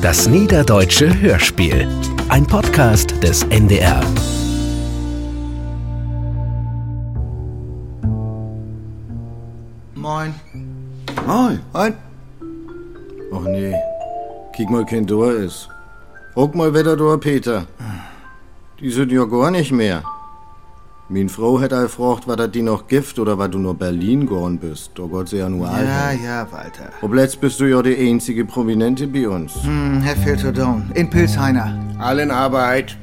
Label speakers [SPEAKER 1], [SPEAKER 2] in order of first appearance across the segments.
[SPEAKER 1] Das Niederdeutsche Hörspiel. Ein Podcast des NDR.
[SPEAKER 2] Moin.
[SPEAKER 3] Moin. Moin. Och nee. Kick mal, kein Dor ist. Guck mal, wer da Dor Peter. Die sind ja gar nicht mehr. Min Frau hätte gefragt, war das die noch Gift oder war du nur Berlin gegangen bist. Da Gott sei ja nur
[SPEAKER 2] Ja,
[SPEAKER 3] alt.
[SPEAKER 2] ja, Walter.
[SPEAKER 3] Ob letzt bist du ja die einzige Prominente bei uns.
[SPEAKER 2] Hm, Herr Filterdon, in Pilsheiner.
[SPEAKER 3] Allen Arbeit.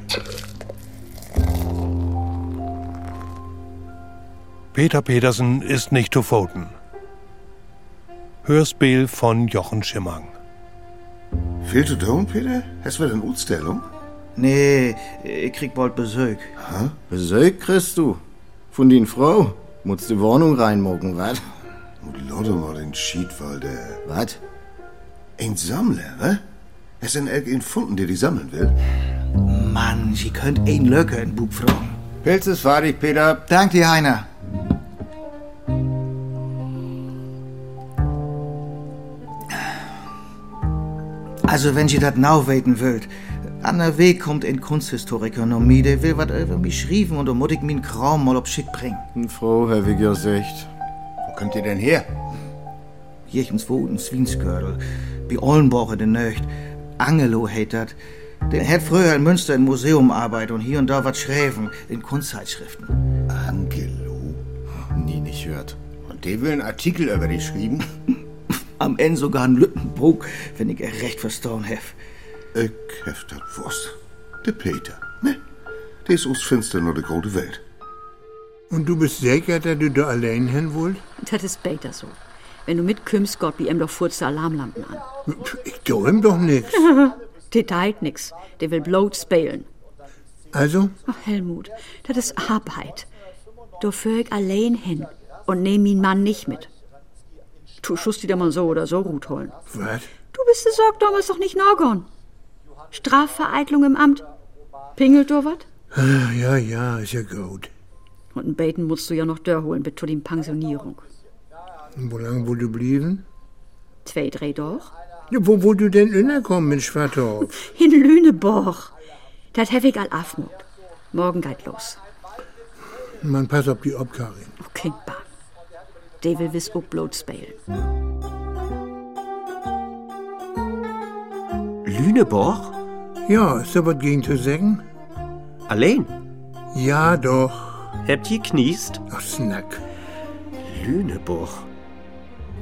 [SPEAKER 4] Peter Petersen ist nicht zu pfoten. Hörspiel von Jochen Schimmang.
[SPEAKER 5] Fehlt du down, Peter? Hast du denn Utstellung?
[SPEAKER 2] Nee, ich krieg bald Besuch.
[SPEAKER 3] Besuch kriegst du. Von din Frau. Musst die Wohnung reinmogen, wat?
[SPEAKER 5] Und Leute mal den Schied, weil der.
[SPEAKER 3] Wat?
[SPEAKER 5] Ein Sammler, ne? Es sind Elk in Funden, der die sammeln will.
[SPEAKER 2] Mann, Sie könnt ein Löcke in Bug fragen.
[SPEAKER 3] Pilz ist fertig, Peter.
[SPEAKER 2] Dank dir, Heiner. Also, wenn Sie das now weten wollt, an der Weg kommt ein Kunsthistoriker noch mit, der will was über mich schrieben und da muss ich min Kram mal ob Schick bringen.
[SPEAKER 3] Min Frau, hab ich ja gesagt.
[SPEAKER 5] Wo kommt ihr denn her?
[SPEAKER 2] Jechens Woden, Swinsgördel, bei Ollenborg in der Nöcht. Angelo hätt dat. Der hat früher in Münster im Museum arbeitet und hier und da was schräven in Kunstzeitschriften.
[SPEAKER 5] Angelo.
[SPEAKER 3] Nie nicht hört.
[SPEAKER 5] Und der will einen Artikel über dich schreiben?
[SPEAKER 2] Am Ende sogar in Lüttenbrook, wenn ich er recht verstauen hef.
[SPEAKER 5] Ich hab das Wurst. Der Peter, ne? Der ist uns finster nur der große Welt.
[SPEAKER 6] Und du bist sicher, dass du da allein hin wollt?
[SPEAKER 7] Das ist besser so. Wenn du mitkommst, Gott, wie ihm doch furzt die Alarmlampen an.
[SPEAKER 6] Pff, Ich tu ihm doch nichts.
[SPEAKER 7] Der teilt nix. Der will bloß spielen.
[SPEAKER 6] Also,
[SPEAKER 7] Ach, Helmut, das ist Arbeit. Da führ ich allein hin und nehm ihn Mann nicht mit. Du schuss die da mal so oder so gut holen.
[SPEAKER 6] was?
[SPEAKER 7] Du bist der Sorg damals doch nicht Norgon. Strafvereitlung im Amt. Pingelt du wat?
[SPEAKER 6] Ah, ja, ja, ist ja gut.
[SPEAKER 7] Und einen Beten musst du ja noch dörr holen bis zu den Pensionierung.
[SPEAKER 6] Und wo lang wollt du blieben?
[SPEAKER 7] Zwei, drei doch.
[SPEAKER 6] Ja, wo wollt du denn hinkommen, Mensch, Schwartorf?
[SPEAKER 7] In Lüneborg. Das hab ich all afmut. Morgen geht los.
[SPEAKER 6] Man, pass auf die Obkarin.
[SPEAKER 7] Okay, Bahn. Der will wiss ob bloß spielen.
[SPEAKER 8] Lüneborg?
[SPEAKER 6] Ja, ist da was gegen zu sagen?
[SPEAKER 8] Allein?
[SPEAKER 6] Ja, doch.
[SPEAKER 8] Habt ihr kniest?
[SPEAKER 6] Ach, Snack.
[SPEAKER 8] Lüneburg.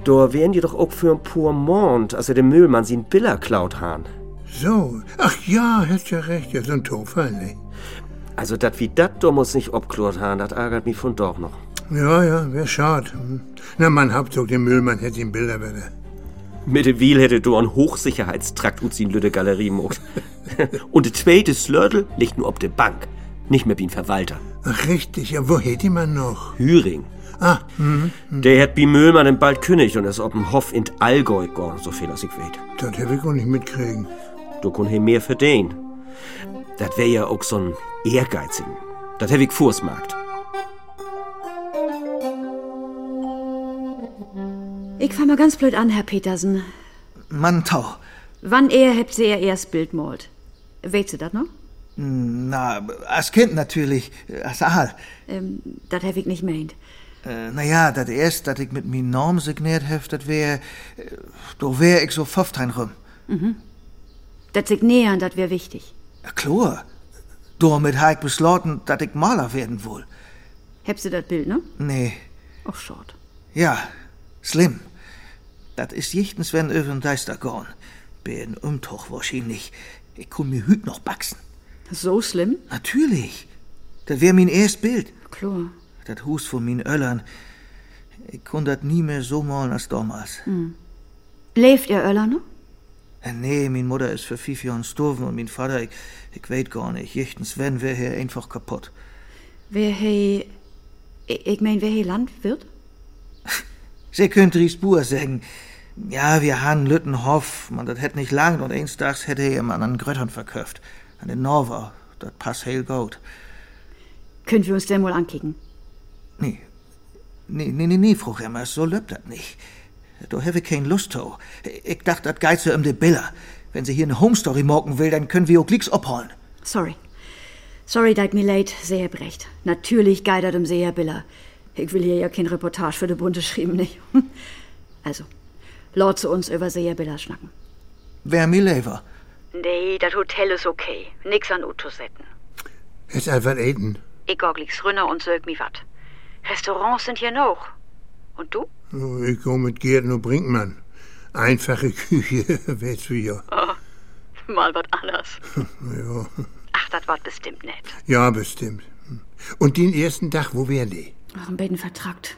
[SPEAKER 8] Da wären die doch auch für ein paar Mond, als er dem Müllmann sin Biller klaut han.
[SPEAKER 6] So. Ach ja, hast ja recht, ja, so ein Tofall, ne?
[SPEAKER 8] Also dat wie dat da muss nicht obklort han, dat ärgert mich von doch noch.
[SPEAKER 6] Ja, ja, wär schad. Hm. Na, man, Hauptzug, den Müllmann hätte ihn Bilder wieder.
[SPEAKER 8] Mit de Wiel hätte du an Hochsicherheitstrakt und sin Lüde Galerie mocht. und de zweite Slörtel liegt nur ob de Bank. Nicht mehr wie'n Verwalter.
[SPEAKER 6] Ach, richtig, ja, wo hätte man noch?
[SPEAKER 8] Hüring.
[SPEAKER 6] Ah,
[SPEAKER 8] mhm, Der hat wie Müllmann im Bald König und ist ob'm Hof in Allgäu gorn, so viel als ich weet.
[SPEAKER 6] das hätte ich auch nicht mitkriegen.
[SPEAKER 8] Du kun he mehr verdien. Dat wär ja auch so'n ehrgeizigen. Dat hab ich vorsmarkt.
[SPEAKER 7] Ich fang mal ganz blöd an, Herr Petersen.
[SPEAKER 2] Mann, Tau.
[SPEAKER 7] Wann er hebt sie ihr erst Bild malt? Weißt du das noch?
[SPEAKER 2] Na, als Kind natürlich, als Aal.
[SPEAKER 7] Ähm, das hab ich nicht meint.
[SPEAKER 2] Äh, na ja, das erst, dat ich mit min Norm signiert hef, dat wär, da wär ich so foftein rum.
[SPEAKER 7] Das sich nähern, das wär wichtig.
[SPEAKER 2] Ja, Äh, klar. Damit ha ich beschlossen, dat ich Maler werden wohl.
[SPEAKER 7] Hebt sie das Bild, ne?
[SPEAKER 2] Nee,
[SPEAKER 7] Auch short.
[SPEAKER 2] Ja, slim. Das ist jichtens, wenn euren Deister gorn. Bin Umtuch wahrscheinlich. Ich kun mir Hüt noch wachsen.
[SPEAKER 7] So schlimm?
[SPEAKER 2] Natürlich. Das wär mein erst Bild.
[SPEAKER 7] Klar.
[SPEAKER 2] Das Hus von min Öllern. Ich kun dat nie mehr so malen als damals.
[SPEAKER 7] Lebt ihr Öller, ne?
[SPEAKER 2] Äh, Nee, min Mutter ist für fünf Jahren gestorben und min Vater, ich, ich weet gar nicht. Jichtens, wenn, wär hier einfach kaputt.
[SPEAKER 7] Wer he. Ich ich mein, wer he Landwirt?
[SPEAKER 2] Sie könnt Riesbuhr sagen. Ja, wir haben Lüttenhoff, man, das hätt nicht lang und eines Tages hätte er ihm an einen Gröttern verkauft. An den Norwa, das passt hell gut.
[SPEAKER 7] Können wir uns denn wohl ankicken?
[SPEAKER 2] Nee, nee, nee, nee, nee, Frau Remmers, so löbt das nicht. Da hab ich kein Lust, to. Ich dacht, das geizt so um de Biller. Wenn sie hier eine Home Story morgen will, dann können wir auch Glicks abholen.
[SPEAKER 7] Sorry. Sorry, dat mir leid, sehr brecht. Natürlich geidert um sehr Biller. Ich will hier ja kein Reportage für de Bunte schreiben, nicht? Also, Lord zu uns über Seerbiller schnacken.
[SPEAKER 2] Wer mir lever.
[SPEAKER 7] Nee, das Hotel ist okay. Nix an Utosetten.
[SPEAKER 6] Es ist einfach Aiden.
[SPEAKER 7] Ich gogliks rünner und sög mi wat. Restaurants sind hier noch. Und du?
[SPEAKER 6] Äh, Ich komme mit Gerd nur Brinkmann. Einfache Küche, weißt du ja.
[SPEAKER 7] Mal wat anders.
[SPEAKER 6] ja.
[SPEAKER 7] Ach, dat wat bestimmt net.
[SPEAKER 6] Ja, bestimmt. Und den ersten Tag, wo wären die?
[SPEAKER 7] Ach, ein Betten vertragt.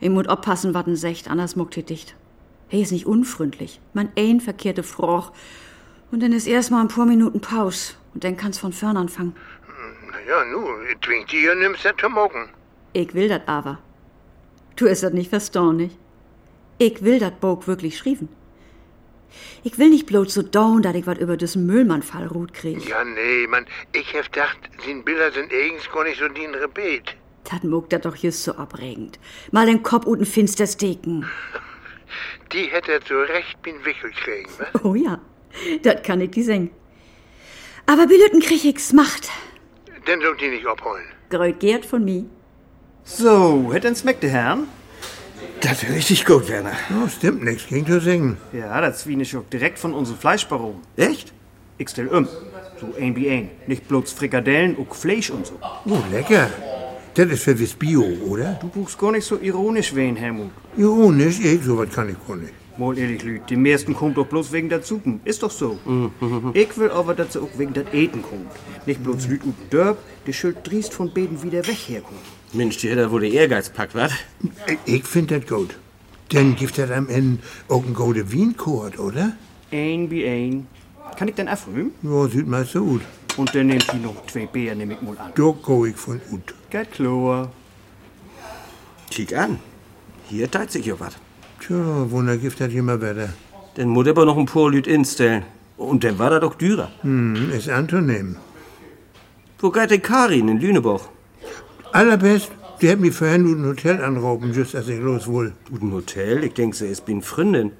[SPEAKER 7] Ich muss oppassen, wat ein Secht, anders muckt hier dicht. Hey, ist nicht unfreundlich. Man ein verkehrte Froch. Und dann ist erstmal ein paar Minuten Paus. Und dann kann's von vorn anfangen.
[SPEAKER 6] Ja, nu, trinkt die ja nimmst das morgen.
[SPEAKER 7] Ich will dat aber. Du ist dat nicht verstorn, nicht? Ich will dat Bog wirklich schrieben. Ich will nicht bloß so down, dat ich wat über dessen Müllmann-Fall ruht krieg.
[SPEAKER 6] Ja, nee, man, ich hab gedacht, die Bilder sind eigens gar nicht so die ein Repet.
[SPEAKER 7] Dat muckt dat doch just so abregend. Mal den Kopf unten finster steken.
[SPEAKER 6] Die hätte er zu Recht bin Wickel kriegen, ne?
[SPEAKER 7] Oh ja, dat kann ich die singen. Aber Billüten krieg ich's Macht.
[SPEAKER 6] Dann sollt die nicht abholen.
[SPEAKER 7] Gröt Gerd von mi.
[SPEAKER 9] So, hätt ins Meck, der Herrn.
[SPEAKER 2] Das wäre richtig gut, Werner.
[SPEAKER 6] Oh, stimmt nichts, ging zu singen.
[SPEAKER 9] Ja, das Wien ist auch direkt von unserem Fleischbaron.
[SPEAKER 2] Echt?
[SPEAKER 9] Ich stell um. So ein wie ein. Nicht bloß Frikadellen, auch Fleisch und so.
[SPEAKER 6] Oh, lecker. Das ist für das Bio, oder?
[SPEAKER 9] Du buchst gar nicht so ironisch wen, Helmut.
[SPEAKER 6] Jo, nicht ich, sowas kann ich gar nicht.
[SPEAKER 9] Wohl ehrlich, Lüd, die meisten kommt doch bloß wegen der Zupen. Ist doch so. ich will aber, dass sie auch wegen der Eten kommt. Nicht bloß Lüd und Dörp, die Schild driest von Beden wieder weg herkommt.
[SPEAKER 10] Mensch, die hätte wohl der Ehrgeiz packt, was?
[SPEAKER 6] Ich- Ich find das gut. Dann gibt das am Ende auch einen guten Wienkord, oder?
[SPEAKER 9] Ein wie ein. Kann ich denn erfrühen?
[SPEAKER 6] Ja, sieht mal so gut.
[SPEAKER 9] Und dann nehmt die noch zwei Bären, nehm ich mal an.
[SPEAKER 6] Da geh ich von gut.
[SPEAKER 9] Geht klar.
[SPEAKER 10] Kick an. Hier teilt sich ja was.
[SPEAKER 6] Tja, Wunder gibt das immer weiter.
[SPEAKER 10] Dann muss aber noch ein paar Lüd instellen. Und dann war da doch Dürer.
[SPEAKER 6] Hm, ist anzunehmen.
[SPEAKER 10] Wo geht denn Karin in Lüneburg?
[SPEAKER 6] Allerbest, der hat mich vorhin nur ein Hotel anrauben, just als ich los wollte.
[SPEAKER 10] Guten Hotel, ich denk, sie ist bin Freundin.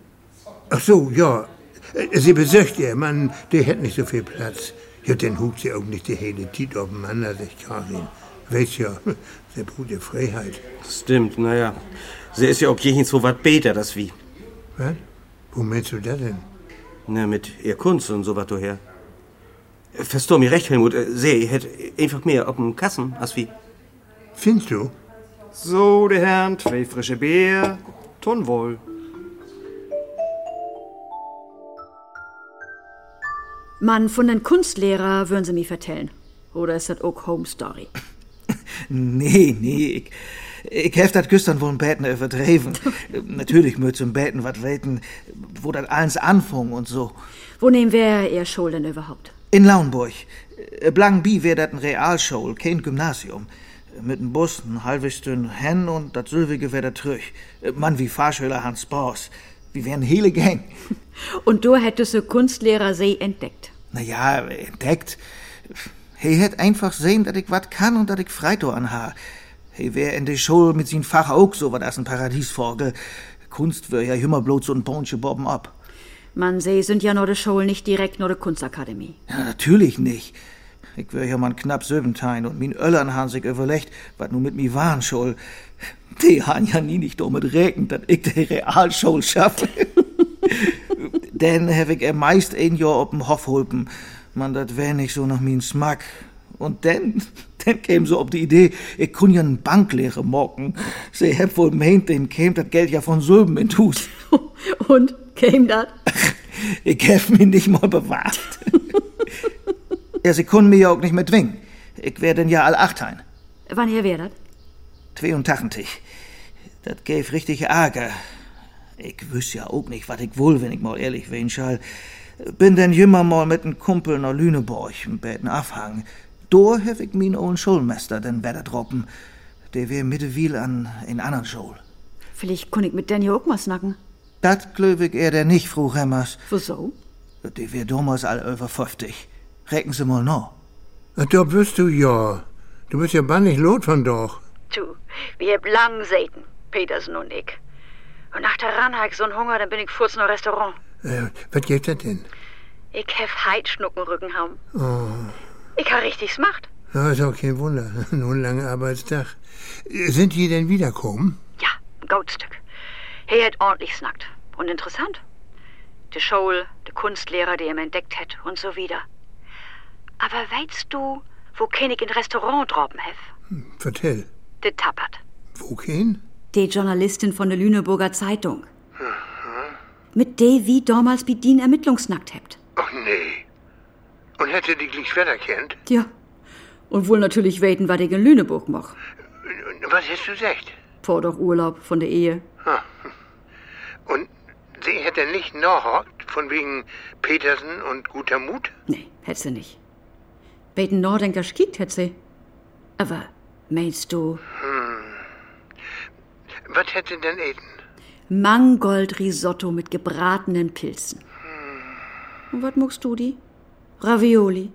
[SPEAKER 6] Ach so, ja. Äh, Sie besöcht ihr, Mann, der hat nicht so viel Platz. Ja, dann hupt sie auch nicht die hele Tiet aufeinander, sagt Karin. Weiß ja, der Bruder Freiheit.
[SPEAKER 10] Stimmt, naja. Sie ist ja auch jechens so was beter, das wie.
[SPEAKER 6] Was? Wo meinst du das denn?
[SPEAKER 10] Na, mit ihr Kunst und so was daher. Verstor mir recht, Helmut. äh, Sie hätt einfach mehr auf dem Kassen, als wie.
[SPEAKER 6] Findest du?
[SPEAKER 9] So, der Herrn, zwei frische Bär. Tun wohl.
[SPEAKER 7] Mann, von den Kunstlehrer würden sie mi vertellen. Oder ist dat auch Home Story?
[SPEAKER 2] Nee, nee, ich, ich hef das gestern wohl Beten übertrieben. Natürlich möcht zum Beten was weten, wo das alles anfing und so.
[SPEAKER 7] Wo nehmen wir ihr Schul denn überhaupt?
[SPEAKER 2] In Lauenburg. Äh, Blankenby wär dat ein Realschule, kein Gymnasium. Äh, Mit dem Bus ein halbes Stünd hen und dat Sülwige wär dat Trüch. Äh, Mann wie Fahrschüler Hans Bors. Wir wären hele Gang.
[SPEAKER 7] Und du hättest sie Kunstlehrer See entdeckt.
[SPEAKER 2] Naja, äh, entdeckt. He hätt einfach sehen, dat ich wat kann und dat ich Freito anha. He wär in de Schule mit sin Fach auch so wat as ein Paradiesvogel. Kunst wär ja immer bloß so ein Bonche Bobben ab.
[SPEAKER 7] Man, sie sind ja nur de Schul, nicht direkt nur de Kunstakademie.
[SPEAKER 2] Ja, natürlich nicht. Ich wär ja man knapp Söbentein und min Öllern han sich überlegt, wat nu mit mi waren soll. Die han ja nie nicht damit regnet, dat ich die Realschule schaffe. Denn hab ich er meist ein Jahr op'm Hof hulpen. Man, dat wär nicht so nach min Smack. Und denn, denn käm so ob die Idee, ich kun ja n Banklehre mocken. Sie heb wohl meint, den käm dat Geld ja von Söben in Hus.
[SPEAKER 7] Und came dat?
[SPEAKER 2] Ich hab mich nicht mal bewahrt. ja, sie können mir ja auch nicht mehr zwingen. Ich wär denn ja all achtein.
[SPEAKER 7] Wann ihr wär dat?
[SPEAKER 2] Zwei und tachtig. Das gäf richtig Ärger. Ich wüsst ja auch nicht, was ich wohl, wenn ich mal ehrlich wen schall. Bin denn jümmer mal mit en Kumpel nach Lüneburg im Betten Afhang. Do hef ich min own Schulmeister den Wetter droppen. Der wär mittewiel an en anderen Schul.
[SPEAKER 7] Vielleicht kann ich mit Daniel auch mal snacken.
[SPEAKER 2] Dat glöw ich er der nicht, Frau Remmers.
[SPEAKER 7] Wieso?
[SPEAKER 2] Der wär damals all über 50. Recken Sie mal noch.
[SPEAKER 6] Ach, da bist du ja. Du bist ja bannig lot von doch.
[SPEAKER 7] Du, wir haben lang säten, Petersen und ich. Und nach der Ranhag so einen Hunger, dann bin ich kurz noch Restaurant.
[SPEAKER 6] Äh, was gibt das denn?
[SPEAKER 7] Ich hef Heidschnuckenrücken haben.
[SPEAKER 6] Oh.
[SPEAKER 7] Ich ha richtig's gemacht.
[SPEAKER 6] Ja, ist auch kein Wunder. Nun langer Arbeitstag. Sind die denn wiederkommen?
[SPEAKER 7] Ja, ein Goldstück. He hat ordentlich snackt. Und interessant. De Scholl, de Kunstlehrer, der ihm entdeckt hat und so wieder. Aber weißt du, wo König in Restaurant droben hef?
[SPEAKER 6] Vertell.
[SPEAKER 7] De Tappert.
[SPEAKER 6] Wo kein?
[SPEAKER 7] Die Journalistin von der Lüneburger Zeitung. Mit der wie damals bei den Ermittlungsnackt hebt.
[SPEAKER 6] Ach nee. Und hätte die gleich wiedererkannt?
[SPEAKER 7] Ja. Und wohl natürlich weten, was ich in Lüneburg mach.
[SPEAKER 6] Was hast du gesagt?
[SPEAKER 7] Vor doch Urlaub von der Ehe.
[SPEAKER 6] Und sie hätte nicht nachhakt von wegen Petersen und guter Mut?
[SPEAKER 7] Nee, hätt sie nicht. Beten Nordenker schickt hätt sie. Aber meinst du,
[SPEAKER 6] Hm. Was hätte denn Eden?
[SPEAKER 7] Mangold-Risotto mit gebratenen Pilzen. Und was muckst du die? Ravioli.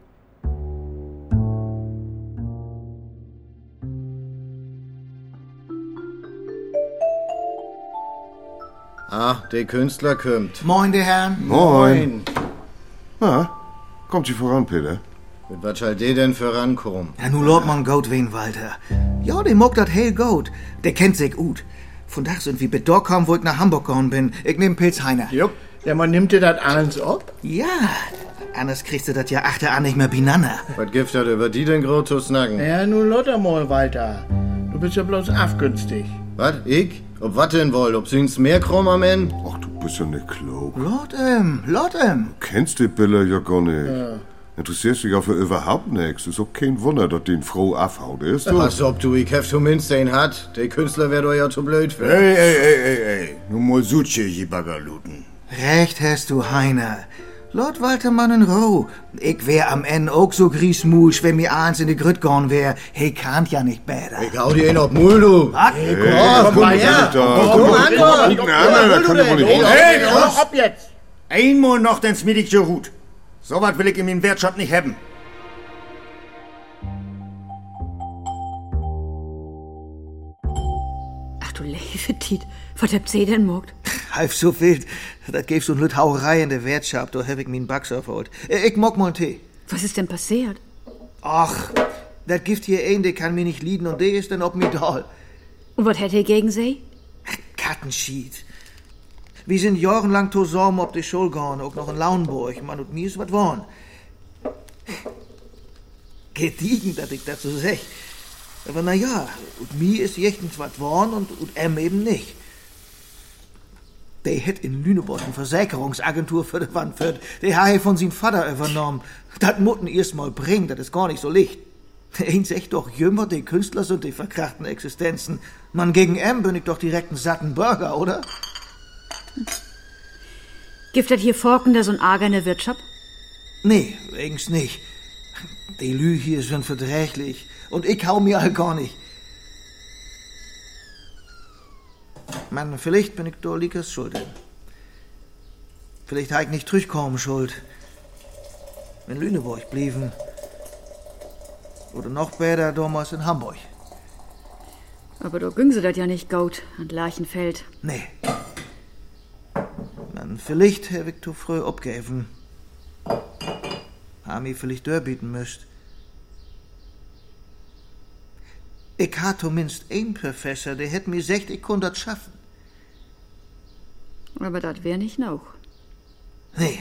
[SPEAKER 3] Ah, der Künstler kommt.
[SPEAKER 2] Moin, die Herren.
[SPEAKER 3] Moin.
[SPEAKER 5] Na, kommt sie voran, Peter?
[SPEAKER 3] Mit was soll der denn vorankommen?
[SPEAKER 2] Ja, nu lobt man Goat wen, Walter. Ja, der mockt dat hell Goat. Der kennt sich gut. Von da sind wie bedockt haben, wo ich nach Hamburg gehauen bin. Ich nehm Pilzheiner.
[SPEAKER 11] Jupp. Ja, man nimmt dir das alles ab?
[SPEAKER 2] Ja. Anders kriegst du das ja achter an nicht mehr binanner.
[SPEAKER 3] Was gibt das über die denn groß zu snacken?
[SPEAKER 11] Ja, nun lotter mal, Walter. Du bist ja bloß afgünstig.
[SPEAKER 3] Was? Ich? Ob wat denn wollt? Ob sie ins Meer kommen am Ende?
[SPEAKER 5] Ach, du bist ja nicht klug.
[SPEAKER 2] Lot ihm, lot ihm.
[SPEAKER 5] Kennst die Bilder ja gar nicht.
[SPEAKER 11] Ja.
[SPEAKER 5] Interessierst dich ja für überhaupt nichts. Ist auch kein Wunder, dass den Frau abhaut, ist du?
[SPEAKER 3] Was ob du, ich hef zumindest den hat. Der Künstler wär doch ja zu blöd für.
[SPEAKER 12] Ey, ey, ey, ey, ey. Nun mal Suche, die Baggerluten.
[SPEAKER 2] Recht hast du, Heiner. Lot Walter man in Roh. Ich wär am Ende auch so griesmusch, wenn mir eins in die Grüt gorn wär. He kannt ja nicht besser.
[SPEAKER 3] Ich hau dir ihn auf Ah, Mul, du.
[SPEAKER 2] Was?
[SPEAKER 11] Hey,
[SPEAKER 5] komm, Hey, komm komm mal her. her. Komm,
[SPEAKER 11] Komm
[SPEAKER 5] komm,
[SPEAKER 11] an,
[SPEAKER 5] komm, komm,
[SPEAKER 11] du.
[SPEAKER 5] komm, komm,
[SPEAKER 11] Ja,
[SPEAKER 5] komm,
[SPEAKER 11] will du
[SPEAKER 5] komm, komm,
[SPEAKER 11] denn?
[SPEAKER 5] komm,
[SPEAKER 11] Hey,
[SPEAKER 12] komm,
[SPEAKER 11] hör ab jetzt.
[SPEAKER 12] Einmal noch den smidige Rut. So was will ich in meinem Wertschott nicht haben.
[SPEAKER 7] Ach du Levetit, was habt ihr denn mockt?
[SPEAKER 2] Halb so wild. Das gäb's so eine Hauerei in der Wertschab, da hab ich meinen Bugs aufholt. Äh, Ich mock mal einen Tee.
[SPEAKER 7] Was ist denn passiert?
[SPEAKER 2] Ach, das Gift hier ein, der kann mir nicht lieben und der ist dann ob mir doll.
[SPEAKER 7] Und was hätt ihr gegen sie?
[SPEAKER 2] Kattenschied. Wir sind jahrelang zusammen ob die Schule gegangen, auch noch in Lauenburg. Mann und mir ist was worden. Gediegen, dass ich dazu sag. Aber na ja, und mir ist jechtens was worden und, und em eben nicht. Der hat in Lüneburg eine Versicherungsagentur für die Wand führt. Der hat er von seinem Vater übernommen. Das mutten erst mal bringen, das ist gar nicht so licht. Ein sagt doch jümmer, die Künstler sind die verkrachten Existenzen. Mann, gegen M bin ich doch direkt einen satten Burger, oder?
[SPEAKER 7] Gibt das hier Forken, der so ein Ager in der Wirtschaft?
[SPEAKER 2] Nee, wenigstens nicht. Die Lü hier sind verdrächlich. Und ich hau mir all gar nicht. Mann, vielleicht bin ich doch Likas schuld. Vielleicht hab ich nicht zurückkommen schuld. Wenn Lüneburg blieben. Oder noch besser damals in Hamburg.
[SPEAKER 7] Aber da ging sie das ja nicht gut, an Lerchenfeld.
[SPEAKER 2] Nee. Dann vielleicht Herr Viktor früh abgeben. Hami vielleicht dörbieten müsst. Ich hatte zumindest einen Professor, der hätte mir gesagt, ich konnte das schaffen.
[SPEAKER 7] Aber das wär nicht noch.
[SPEAKER 2] Nee,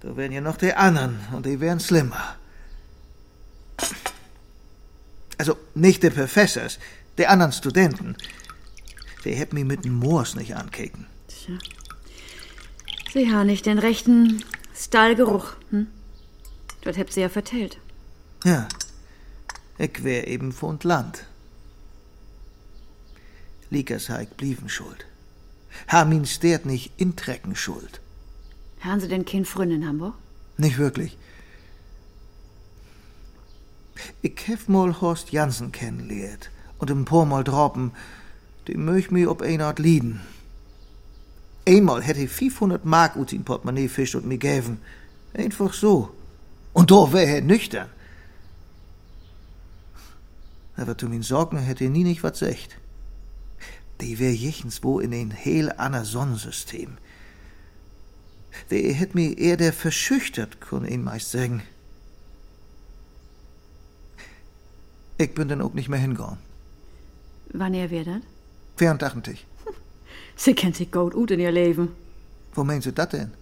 [SPEAKER 2] da wären ja noch die anderen und die wären schlimmer. Also nicht der Professors, der anderen Studenten. Der hätte mir mit dem Moors nicht ankicken.
[SPEAKER 7] Tja. Sie ha nicht den rechten Stallgeruch, hm? Das habt sie ja vertellt.
[SPEAKER 2] Ja, ich wär eben von Land. Likas Heik blieben schuld. Hamin stert nicht in Trecken schuld.
[SPEAKER 7] Haben sie denn kein Freund in Hamburg?
[SPEAKER 2] Nicht wirklich. Ich hef mal Horst Jansen kennengelernt und im paar Mal droppen. Den möch mi ob ein Art lieden. Einmal hätte ich 500 Mark ut in Portemonnaie fischt und mir gäven. Einfach so. Und da wär er nüchtern. Aber zu min Sorgen hätte er nie nicht was secht. Die wär jechenswo in ein heel ander Sonnensystem. Der hätt mi eher der verschüchtert, kun ihn meist sagen. Ich bin dann auch nicht mehr hingegangen.
[SPEAKER 7] Wann er wär dat?
[SPEAKER 2] Während dachtentlich.
[SPEAKER 7] Sie kennt sich gut ut in ihr Leben.
[SPEAKER 2] Wo meinen Sie dat denn?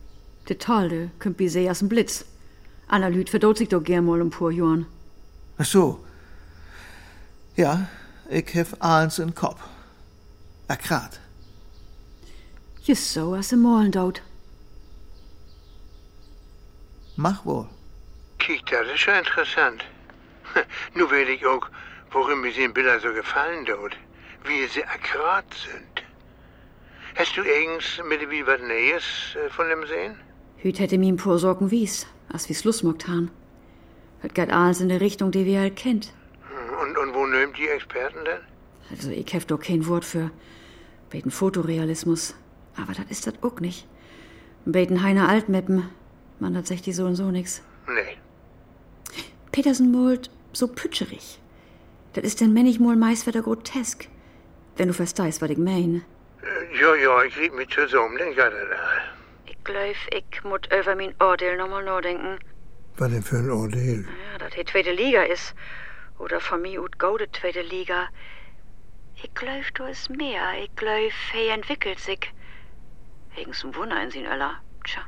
[SPEAKER 7] De Talde kümmt bi se ein Blitz. Anna Lüt verdot sich doch gern mal um paar Jahren.
[SPEAKER 2] Ach so. Ja, ich hef eins in Kopf. Akrat.
[SPEAKER 7] Just so, as sie malen dort.
[SPEAKER 2] Mach wohl.
[SPEAKER 13] Kiek, das ist ja interessant. Nun werde ich auch, worin mir die Bilder so gefallen dort, wie sie akkurat sind. Hast du irgends mit wie was Nähes äh, von dem sehen?
[SPEAKER 7] Hüt hätte mir ein paar Sorgen wies, als wie's Lust mogt han. Hört geht alles in der Richtung, die wir halt kennt.
[SPEAKER 13] Hm, Und, und wo nimmt die Experten denn?
[SPEAKER 7] Also, ich hef doch kein Wort für. Beten Fotorealismus. Aber das ist das auch nicht. Beten Heiner Altmeppen. Man, das sagt die so und so nix.
[SPEAKER 13] Nee.
[SPEAKER 7] Petersen malt so pütscherig. Das ist denn männig mol meist wieder grotesk. Wenn du verstehst, was ich meine.
[SPEAKER 13] Äh, Ja, ja, ich rieb mich zusammen, denk ich da.
[SPEAKER 7] Ich glaub, ich muss über mein Urteil nochmal nachdenken.
[SPEAKER 6] Was denn für ein Ordeal?
[SPEAKER 7] Ja, dass die zweite Liga ist. Oder von mir ut go die zweite Liga. Ich glaub, du ist mehr. Ich glaub, hey entwickelt sich. Wegen zum Wunder in sin Öller. Tja,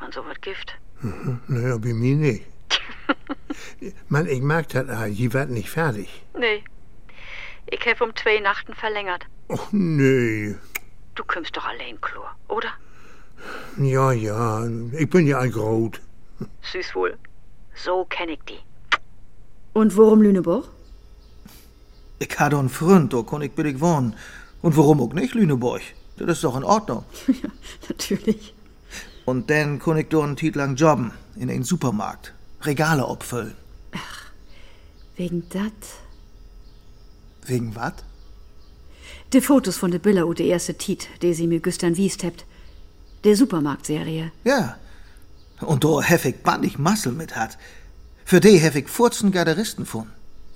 [SPEAKER 7] man so wat Gift.
[SPEAKER 6] Mhm, Naja, bei mir nicht. Mann, ich mag das Archiv wird nicht fertig.
[SPEAKER 7] Nee. Ich hef um zwei Nachten verlängert.
[SPEAKER 6] Och, nee.
[SPEAKER 7] Du kümmst doch allein, Chlor, oder?
[SPEAKER 6] Ja, ja, ich bin ja ein Grot.
[SPEAKER 7] Süß wohl. So kenn ich die. Und worum Lüneburg?
[SPEAKER 2] Ich ha doch einen Freund, da kann ich billig wohnen. Und warum auch nicht, Lüneburg? Das ist doch in Ordnung.
[SPEAKER 7] ja, natürlich.
[SPEAKER 2] Und dann kann ich doch einen Titel lang jobben. In den Supermarkt. Regale abfüllen.
[SPEAKER 7] Wegen dat?
[SPEAKER 2] Wegen wat?
[SPEAKER 7] Die Fotos von de Billa und de erste Tiet, die sie mir gestern wiest hebt. Der Supermarktserie.
[SPEAKER 2] Ja. Und da hef ich bandig Massel mit hat. Für die hef ich 14 Garderisten von.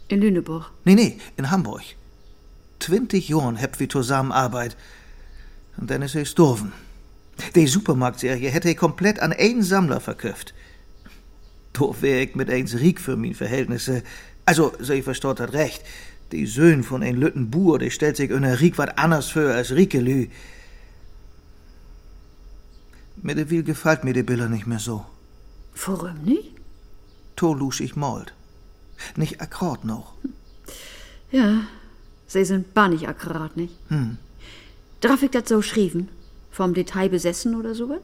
[SPEAKER 7] In Lüneburg.
[SPEAKER 2] Nee, nee, in Hamburg. 20 Jahren heb wir zusammen Arbeit. Und dann ist es doofen. Die Supermarktserie hätte ich komplett an einen Sammler verkauft. Doof wär ich mit eins Riek für mein Verhältnisse. Also, sie versteht hat recht. Die Söhn von ein Lütten Buhr, die stellt sich in der Riek wat anders für als Riekelü. Mit der Wil gefällt mir die Bilder nicht mehr so.
[SPEAKER 7] Warum nicht?
[SPEAKER 2] To lusch ich malt. Nicht akkord noch.
[SPEAKER 7] Ja, sie sind bannig akkurat, nicht?
[SPEAKER 2] Hm.
[SPEAKER 7] Darf ich dat so schrieben? Vom Detail besessen oder so?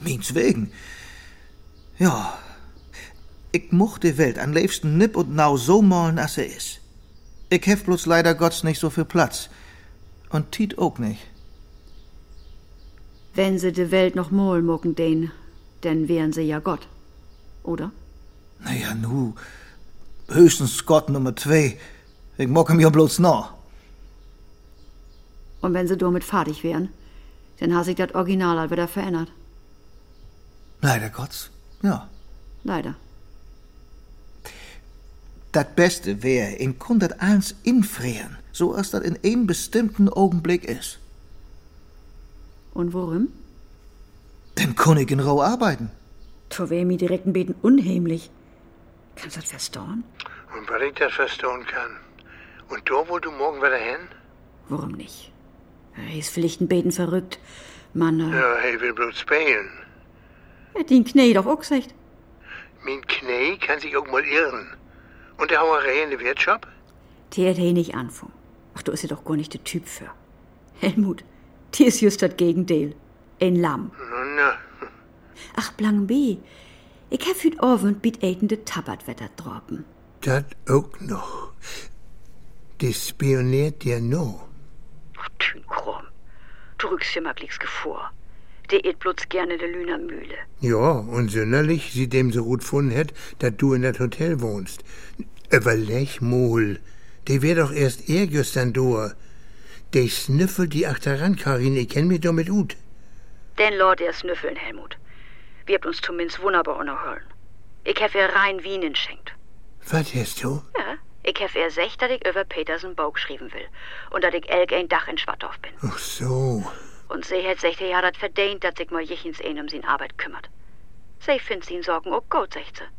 [SPEAKER 2] Miens wegen. Ja, ich mocht die Welt am liebsten nipp und nau so malen, als sie ist. Ich hef bloß leider Gotts nicht so viel Platz. Und Tiet auch nicht.
[SPEAKER 7] Wenn sie de Welt noch mol mocken den, dann wären sie ja Gott. Oder?
[SPEAKER 2] Naja, nu, höchstens Gott Nummer zwei. Ich mock ihm ja bloß noch.
[SPEAKER 7] Und wenn sie damit fertig wären, dann hat sich dat Original halt wieder verändert.
[SPEAKER 2] Leider Gotts, ja.
[SPEAKER 7] Leider.
[SPEAKER 2] Dat Beste wär, ihn kun dat eins infrieren, so als dat in einem bestimmten Augenblick ist.
[SPEAKER 7] Und worum?
[SPEAKER 2] Dann kun ich in Rau arbeiten.
[SPEAKER 7] Tu wär mir direkten Beten unheimlich. Kannst du das verstauen?
[SPEAKER 13] Und weil ich das verstehen kann. Und da, wo du morgen wieder hin?
[SPEAKER 7] Warum nicht? Er ist vielleicht ein Beten verrückt. Mann, äh,
[SPEAKER 13] Ja, hey, will bloß spielen.
[SPEAKER 7] hat den Knie doch auch gesagt.
[SPEAKER 13] Mein Knie kann sich auch mal irren. Und der Hauerei in der Wirtschaft?
[SPEAKER 7] Die hat hey nicht anfangen. Ach, du ist ja doch gar nicht der Typ für. Helmut, die ist just das Gegendeel. Ein Lamm.
[SPEAKER 13] Na, na.
[SPEAKER 7] Ach, Blang B. Ich hab hüt Orwend biet Aiden de Tabatwetter droppen.
[SPEAKER 6] Das auch noch. Die spioniert ja noch.
[SPEAKER 7] Krumm. Du rückst dir mal glicks vor. Der et bloß gerne de Lüner Mühle.
[SPEAKER 6] Ja, und sünderlich, sie dem so gut gefunden hätt, dass du in das Hotel wohnst. Überleg mal, der wär doch erst er gestern da. Der snüffelt die achteran, Karin, ich kenn mich doch mit Ut.
[SPEAKER 7] Den Lord er snüffeln, Helmut. Wir habt uns zumindest wunderbar unerhören. Ich hab ihr rein Wien schenkt.
[SPEAKER 6] Was hast du?
[SPEAKER 7] Ja, ich hab ihr sech,
[SPEAKER 6] Hm.
[SPEAKER 7] dass ich über Petersen Baug schrieben will. Und dass ich elk ein Dach in Schwattdorf bin.
[SPEAKER 6] Ach so.
[SPEAKER 7] Und sie het sich ja dat verdient, dat sich mal jichens een um sin Arbeit kümmert. Sie findet sin Sorgen auch gut, sagt sie.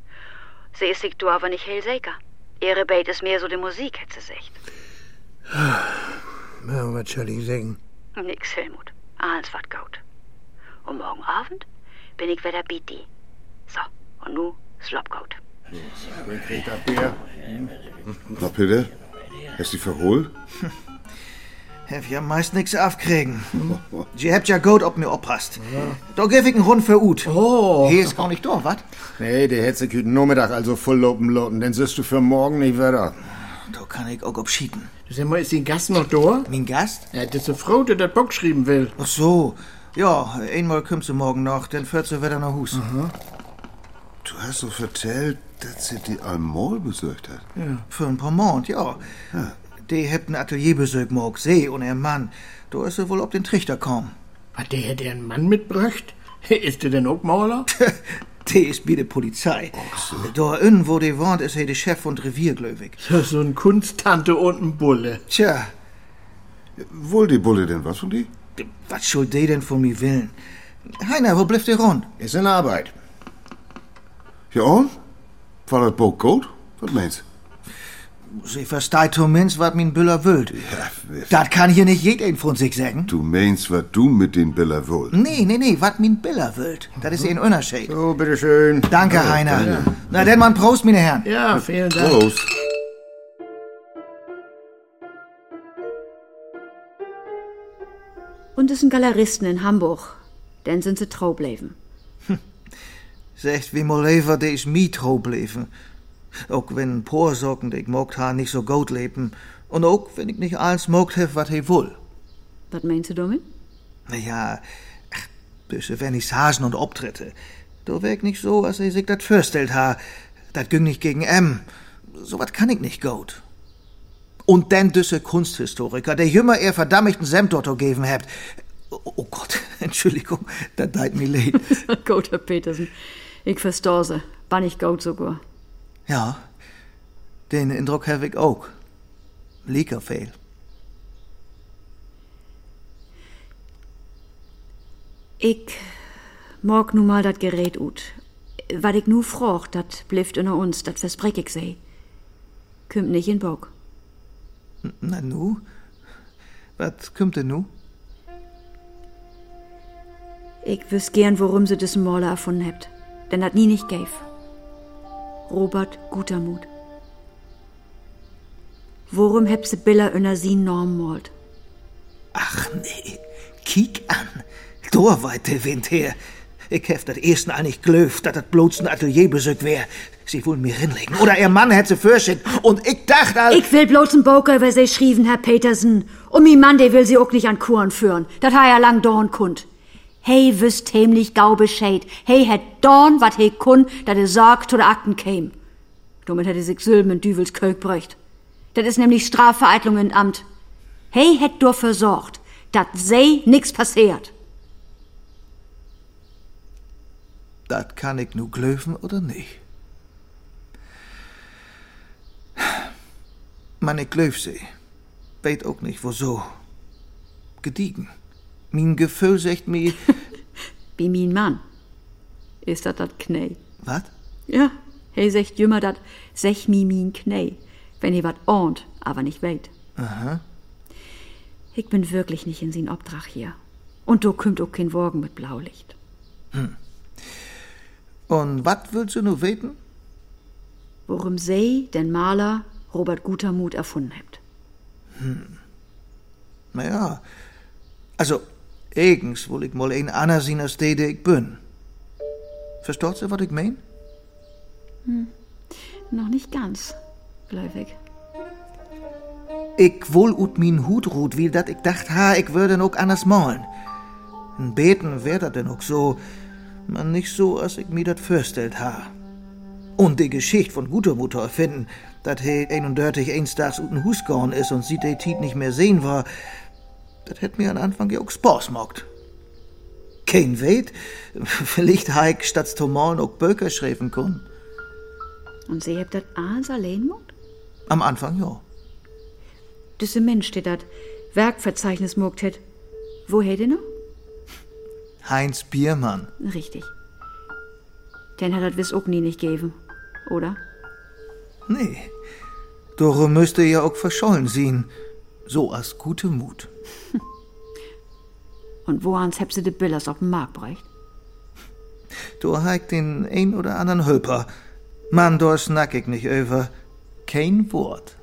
[SPEAKER 7] Sie ist sich du aber nicht hell sicher. Ihre Bait ist mehr so die Musik, hat sie gesagt.
[SPEAKER 6] Na, was soll ich sagen?
[SPEAKER 7] Nix, Helmut. Alles wat gut. Und morgen Abend bin ich wieder bei dir. So, und nu Slopgoat.
[SPEAKER 5] Peter Bär. Na bitte, hast du verholt?
[SPEAKER 2] Hef ja meist nix aufkriegen. Sie habt ja gut, ob mir oppasst. Da geb ich einen Rund für Ut. Oh. Hier ist gar nicht da, wat?
[SPEAKER 3] Nee, der hätte sich heute Nachmittag also voll lopen loten, denn siehst du für morgen nicht wieder.
[SPEAKER 2] Da kann ich auch abschieden.
[SPEAKER 11] Du sag mal, ist dein Gast noch da?
[SPEAKER 2] Mein Gast?
[SPEAKER 11] Ja, das ist eine Frau, die das Bock schreiben will.
[SPEAKER 2] Ach so. Ja, einmal kommst du morgen noch, dann fährt sie wieder nach Hus.
[SPEAKER 5] Du hast doch vertellt, dass sie die Almol besorgt hat.
[SPEAKER 2] Ja. Für ein paar Monat, ja. Die hebt ein Atelierbesuch morgen, sie und ihr Mann. Da ist sie wohl ob den Trichter kommen.
[SPEAKER 11] Hat der hätte einen Mann mitbracht? Ist der denn auch Mauler?
[SPEAKER 2] Die ist wie die Polizei. Da innen, wo die wohnt, ist er der Chef von Revier, glaub ich.
[SPEAKER 11] So ein Kunsttante und ein Bulle.
[SPEAKER 2] Tja,
[SPEAKER 5] Wohl die Bulle denn was von die?
[SPEAKER 2] was soll die denn von mir willen? Heiner, wo bleibt ihr rund?
[SPEAKER 3] Ist in Arbeit.
[SPEAKER 5] Ja und? War das Boot gut? Was meinst
[SPEAKER 2] Sie versteht zumindest, was mein Büller will.
[SPEAKER 5] du?
[SPEAKER 2] Das kann hier nicht jeden von sich sagen.
[SPEAKER 5] Du meinst, was du mit den Biller wollt?
[SPEAKER 2] Nee, nee, nee, was mein Biller will. Das ist ein Unterschied.
[SPEAKER 3] So, bitteschön.
[SPEAKER 2] Danke, Heiner. Na, denn man Prost, meine Herren.
[SPEAKER 11] Ja, vielen Dank.
[SPEAKER 5] Prost.
[SPEAKER 7] Und es sind Galeristen in Hamburg. Denn sind sie trau bleiben.
[SPEAKER 2] Zegt wie mal liever, die ist mir trouw bleven. Ook wenn Porsocken, die ich mocht han, nicht so gut leben. Und auch wenn ich nicht alles mocht hef, was he wohl.
[SPEAKER 7] Was meinst du damit?
[SPEAKER 2] Naja, zwischen Vernissagen und Auftritte. Da wär ich nicht so, als ich sich dat vorstellt ha. Dat ging nicht gegen M. So wat kann ich nicht gut. Und denn düsse Kunsthistoriker, der jümmer ihr verdammigten Semdotto geben hebt. Oh oh Gott, Entschuldigung, dat deit mir leid.
[SPEAKER 7] Goat, Herr Petersen. Ich verstor sie. War nicht Goat sogar.
[SPEAKER 2] Ja, den Eindruck habe ich auch. Leker viel.
[SPEAKER 7] Ich mag nun mal dat Gerät ut. Was ich nu froch, dat blifft unter uns, dat versprech ich sei. Kümmt nicht in Bock.
[SPEAKER 2] Na nu, was kommt denn nu?
[SPEAKER 7] Ich wüs gern, worum sie diesen Maler erfunden hebt. Denn dat nie nicht gäf. Robert Gutermut. Worum hebt se Billa unter sie Norm malt?
[SPEAKER 2] Ach nee, kiek an. Da weit der Wind her. Ich hef dat ersten an nicht glöft, dat dat bloß ein Atelierbesuch wär. Sie wollen mir hinlegen. Oder ihr Mann hätte sie fürschickt. Und ich dachte all...
[SPEAKER 7] Ich will bloß einen Boker über sie schrieben, Herr Petersen. Und mi Mann, der will sie auch nicht an Kuren führen. Dat ha ja lang Dorn kund. Hey, wüsst hem nicht gau Bescheid. Hey, het Dorn, wat he kun, dat er sorgt oder Akten käm. Damit hätte sich Sylben in Düvels Kölk bröcht. Dat is nämlich Strafvereitlung in Amt. Hey, het dur versorgt, dat sei nix passiert.
[SPEAKER 2] Dat kann ich nu glöfen oder nicht. Man, ich glöf sie. Weet auch nicht, wieso. Gediegen. Mein Gefühl sagt mir...
[SPEAKER 7] Wie min Mann. Is dat dat Knei?
[SPEAKER 2] Was?
[SPEAKER 7] Ja, hey, secht jümmer dat, sech mi min Knei. Wenn he wat ahnt, aber nicht weit.
[SPEAKER 2] Aha.
[SPEAKER 7] Ich bin wirklich nicht in sin Obdrach hier. Und du kümmt auch kein Morgen mit Blaulicht.
[SPEAKER 2] Und wat willst du nu weten?
[SPEAKER 7] Worum sei den Maler Robert Gutermut erfunden hebt.
[SPEAKER 2] Naja, also, eigens will ich mal ein ander sehen als der, der ich bin. Verstehst du, was ich mein?
[SPEAKER 7] Noch nicht ganz, gläubig.
[SPEAKER 2] Ich wohl ut min Hut ruht, wie dat ich dacht, ha, ich würde noch anders malen. Ein Beten wär dat denn auch so, man nicht so, als ich mir dat vorstellt ha. Und die Geschichte von Gutermutter erfinden, dat he 31 einstags uten Hus gorn is und sie de Tiet nicht mehr sehen war, dat hätt mir an Anfang ja auch Spaß gemacht. Kein weet, vielleicht ha ich statt Tomorn auch Böker schreiben können.
[SPEAKER 7] Und sie hebt dat alles allein mocht?
[SPEAKER 2] Am Anfang ja.
[SPEAKER 7] Düsse Mensch, der dat Werkverzeichnis mogt het. Wo hätt er noch?
[SPEAKER 2] Heinz Biermann.
[SPEAKER 7] Richtig. Den hat das wiss auch nie nicht gegeben, oder?
[SPEAKER 2] Nee. Dore müsste ja auch verschollen sehen. So as gute Mut.
[SPEAKER 7] Und woans heb sie de Billers auf dem Markt bräucht?
[SPEAKER 2] Du heigt den ein oder anderen Hülper. Mann, dor snack ich nicht über. Kein Wort.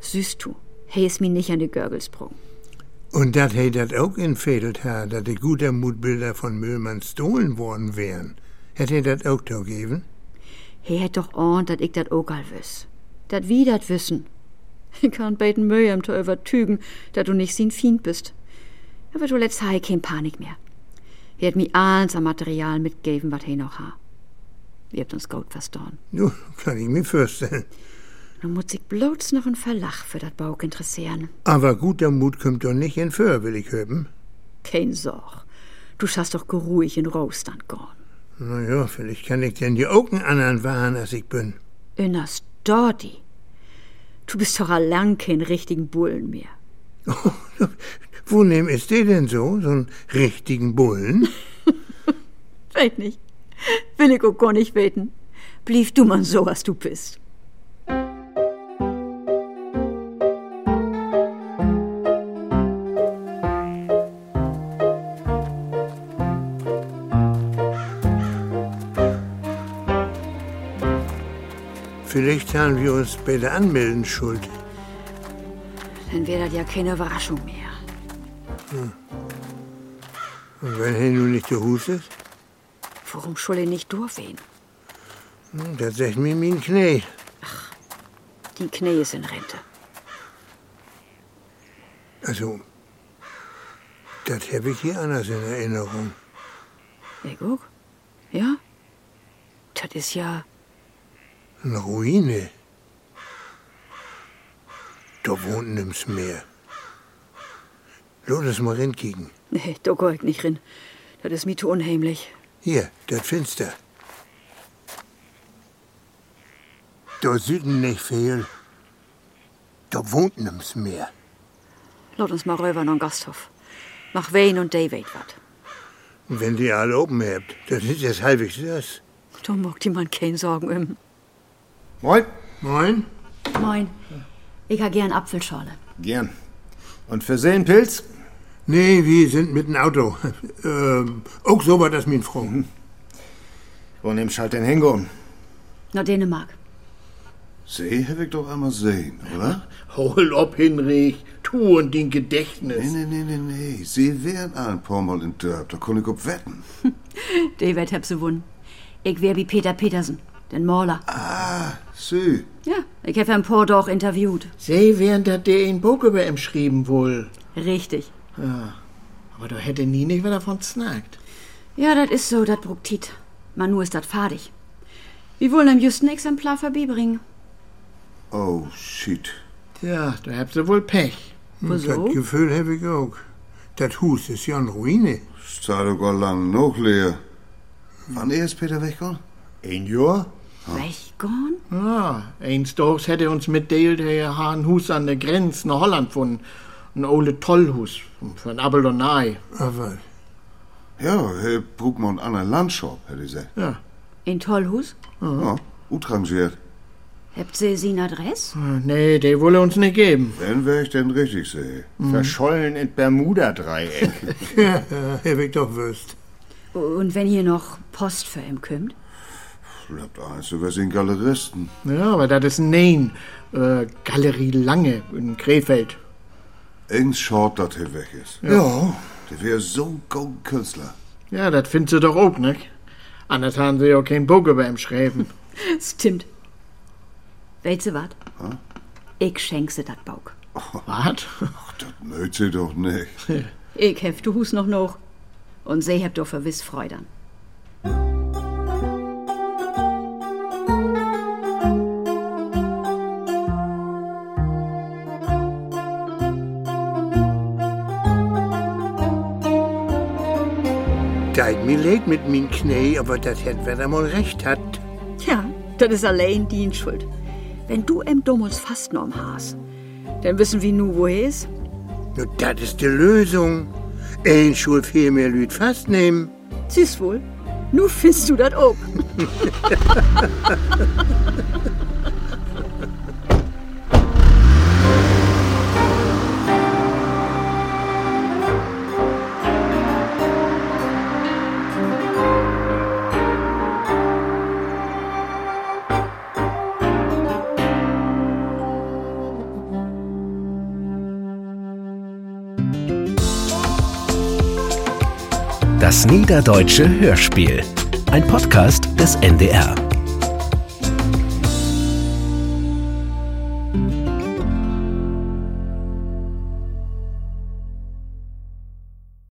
[SPEAKER 7] Süß du, hey is mi nicht an de Görgelsprung.
[SPEAKER 6] Und dat hätt dat auch entfädelt ha, dat die guter Mutbilder von Müllmann stohlen worden wären. Hätt er dat auch da gegeben?
[SPEAKER 7] He hätt doch ahnt, dat ich dat auch all wiss. Dat wie dat wissen. Ich kann beten Mühe im Tor übertügen, dat du nicht sin Fiend bist. Aber du letzt hei kein Panik mehr. He hätt mi alles an Material mitgeben, wat he noch ha. Wir habt uns gut verstorn.
[SPEAKER 6] Nu, kann ich mir vorstellen.
[SPEAKER 7] Nun muss ich bloß noch ein Verlach für dat Bauch interessieren.
[SPEAKER 6] Aber guter Mut kommt doch nicht in Föhr, will ich hören.
[SPEAKER 7] Kein Sorg. Du schaffst doch geruhig in Rostand gorn.
[SPEAKER 6] Na ja, vielleicht kann ich denn die Augen anderen wahren, als ich bin.
[SPEAKER 7] Innerst Dordi. Du bist doch allang kein richtigen Bullen mehr.
[SPEAKER 6] Wo nehm ist der denn so, so einen richtigen Bullen?
[SPEAKER 7] Weet nicht. Will ich auch gar nicht beten. Blieb du man so, was du bist.
[SPEAKER 6] Vielleicht haben wir uns bei der Anmelden schuld.
[SPEAKER 7] Dann wär dat ja keine Überraschung mehr.
[SPEAKER 6] Hm. Und wenn er nun nicht der Hus ist,
[SPEAKER 7] Warum soll ich nicht durchwehen?
[SPEAKER 6] hm, dann sag mir mein Knie.
[SPEAKER 7] Die Knie ist in Rente.
[SPEAKER 6] Also, das habe ich hier anders in Erinnerung.
[SPEAKER 7] Ich auch. Ja? Das ist ja.
[SPEAKER 6] Eine Ruine. Da wohnt nimm's mehr. Lass uns mal hinkicken.
[SPEAKER 7] Nee, da geh ich nicht rin. Das ist mir zu unheimlich.
[SPEAKER 6] Hier, das Fenster. Da Süden nicht viel. Da wohnt nimm's mehr.
[SPEAKER 7] Lass uns mal rüber in den Gasthof. Mach Wayne und David wat.
[SPEAKER 6] Und wenn die alle oben habt, das ist das halbwegs das.
[SPEAKER 7] Da mag die man keine Sorgen um.
[SPEAKER 3] Moin.
[SPEAKER 6] Moin.
[SPEAKER 7] Moin. Ich ha gern Apfelschorle.
[SPEAKER 3] Gern. Und für Seelenpilz?
[SPEAKER 6] Nee, wir sind mit dem Auto. Ähm, auch so war das mein Frau.
[SPEAKER 5] Hm.
[SPEAKER 3] Wo nimmst halt den Hingo?
[SPEAKER 7] Na, Dänemark.
[SPEAKER 5] See habe ich doch einmal sehen, oder?
[SPEAKER 11] Hol ob, Hinrich. Tu und den Gedächtnis.
[SPEAKER 5] Nee, nee, nee, nee, nee. See wären ein paar Mal in Dörp, da konnte ich ob wetten.
[SPEAKER 7] David heb sie wun. Ich wär wie Peter Petersen, den Maler.
[SPEAKER 5] See.
[SPEAKER 7] Ja, ich habe Herrn Pordorch interviewt.
[SPEAKER 11] Sie während dat der in Buch über ihm schrieben wohl.
[SPEAKER 7] Richtig.
[SPEAKER 11] Ja. Aber du hätte nie nicht mehr davon snackt.
[SPEAKER 7] Ja, das ist so, das Bruktit. Man nur ist das fadig. Wir wollen ihm just ein Exemplar vorbeibringen.
[SPEAKER 5] Oh, shit.
[SPEAKER 11] Ja, da habt ihr wohl Pech.
[SPEAKER 6] Das Gefühl habe ich auch. Das Hus ist ja eine Ruine.
[SPEAKER 5] Staat doch gar lang noch leer. Wann ist Peter weggegangen?
[SPEAKER 11] Ein Jahr?
[SPEAKER 7] Weggegangen?
[SPEAKER 11] Ja, einsdochs hätte uns mitdeilt, der Hahnhus an der Grenze nach Holland gefunden. Ein ole Tollhus von Abel und Nye.
[SPEAKER 6] Aber
[SPEAKER 5] Ja, hey, brug mal einen anderen Landshop, hätte ich gesagt.
[SPEAKER 11] Ja.
[SPEAKER 7] In Tollhus?
[SPEAKER 5] Ja, utrangiert.
[SPEAKER 7] Habt sie sin Adress?
[SPEAKER 11] Äh, Nee, der wolle uns nicht geben.
[SPEAKER 5] Wenn wär ich denn richtig sehe.
[SPEAKER 11] Mhm.
[SPEAKER 3] Verschollen in Bermuda-Dreieck.
[SPEAKER 6] ja, habe ich doch wüsst.
[SPEAKER 7] Und wenn hier noch Post für ihn kümmt?
[SPEAKER 5] Bleibt eins, du wärst ein Galeristen.
[SPEAKER 11] Ja, aber das ist ein Nein. Äh, Galerie Lange in Krefeld.
[SPEAKER 5] Engs schaut, dass er weg ist.
[SPEAKER 11] Ja.
[SPEAKER 5] Der wär so ein Künstler.
[SPEAKER 11] Ja, das findest du doch auch, ne? Anders haben sie ja kein Bogen beim Schreiben.
[SPEAKER 7] Stimmt. Weißt du wat? Ich schenk sie dat Bauk.
[SPEAKER 11] Was?
[SPEAKER 5] Mögt sie doch nicht.
[SPEAKER 7] Ich hef du Hus noch noch. Und sie heb doch verwiss Freudern.
[SPEAKER 6] Deit mir leid mit mein Knie, aber das hätt wer da mal recht hat.
[SPEAKER 7] Ja, das ist allein dien Schuld. Wenn du em Dummels fast norm hast, dann wissen wir nu, wo er ist.
[SPEAKER 6] Nur das ist die Lösung. Ein Schul viel mehr Lüd fast nehmen.
[SPEAKER 7] Süß wohl. Nu findest du das auch.
[SPEAKER 1] Das Niederdeutsche Hörspiel. Ein Podcast des NDR.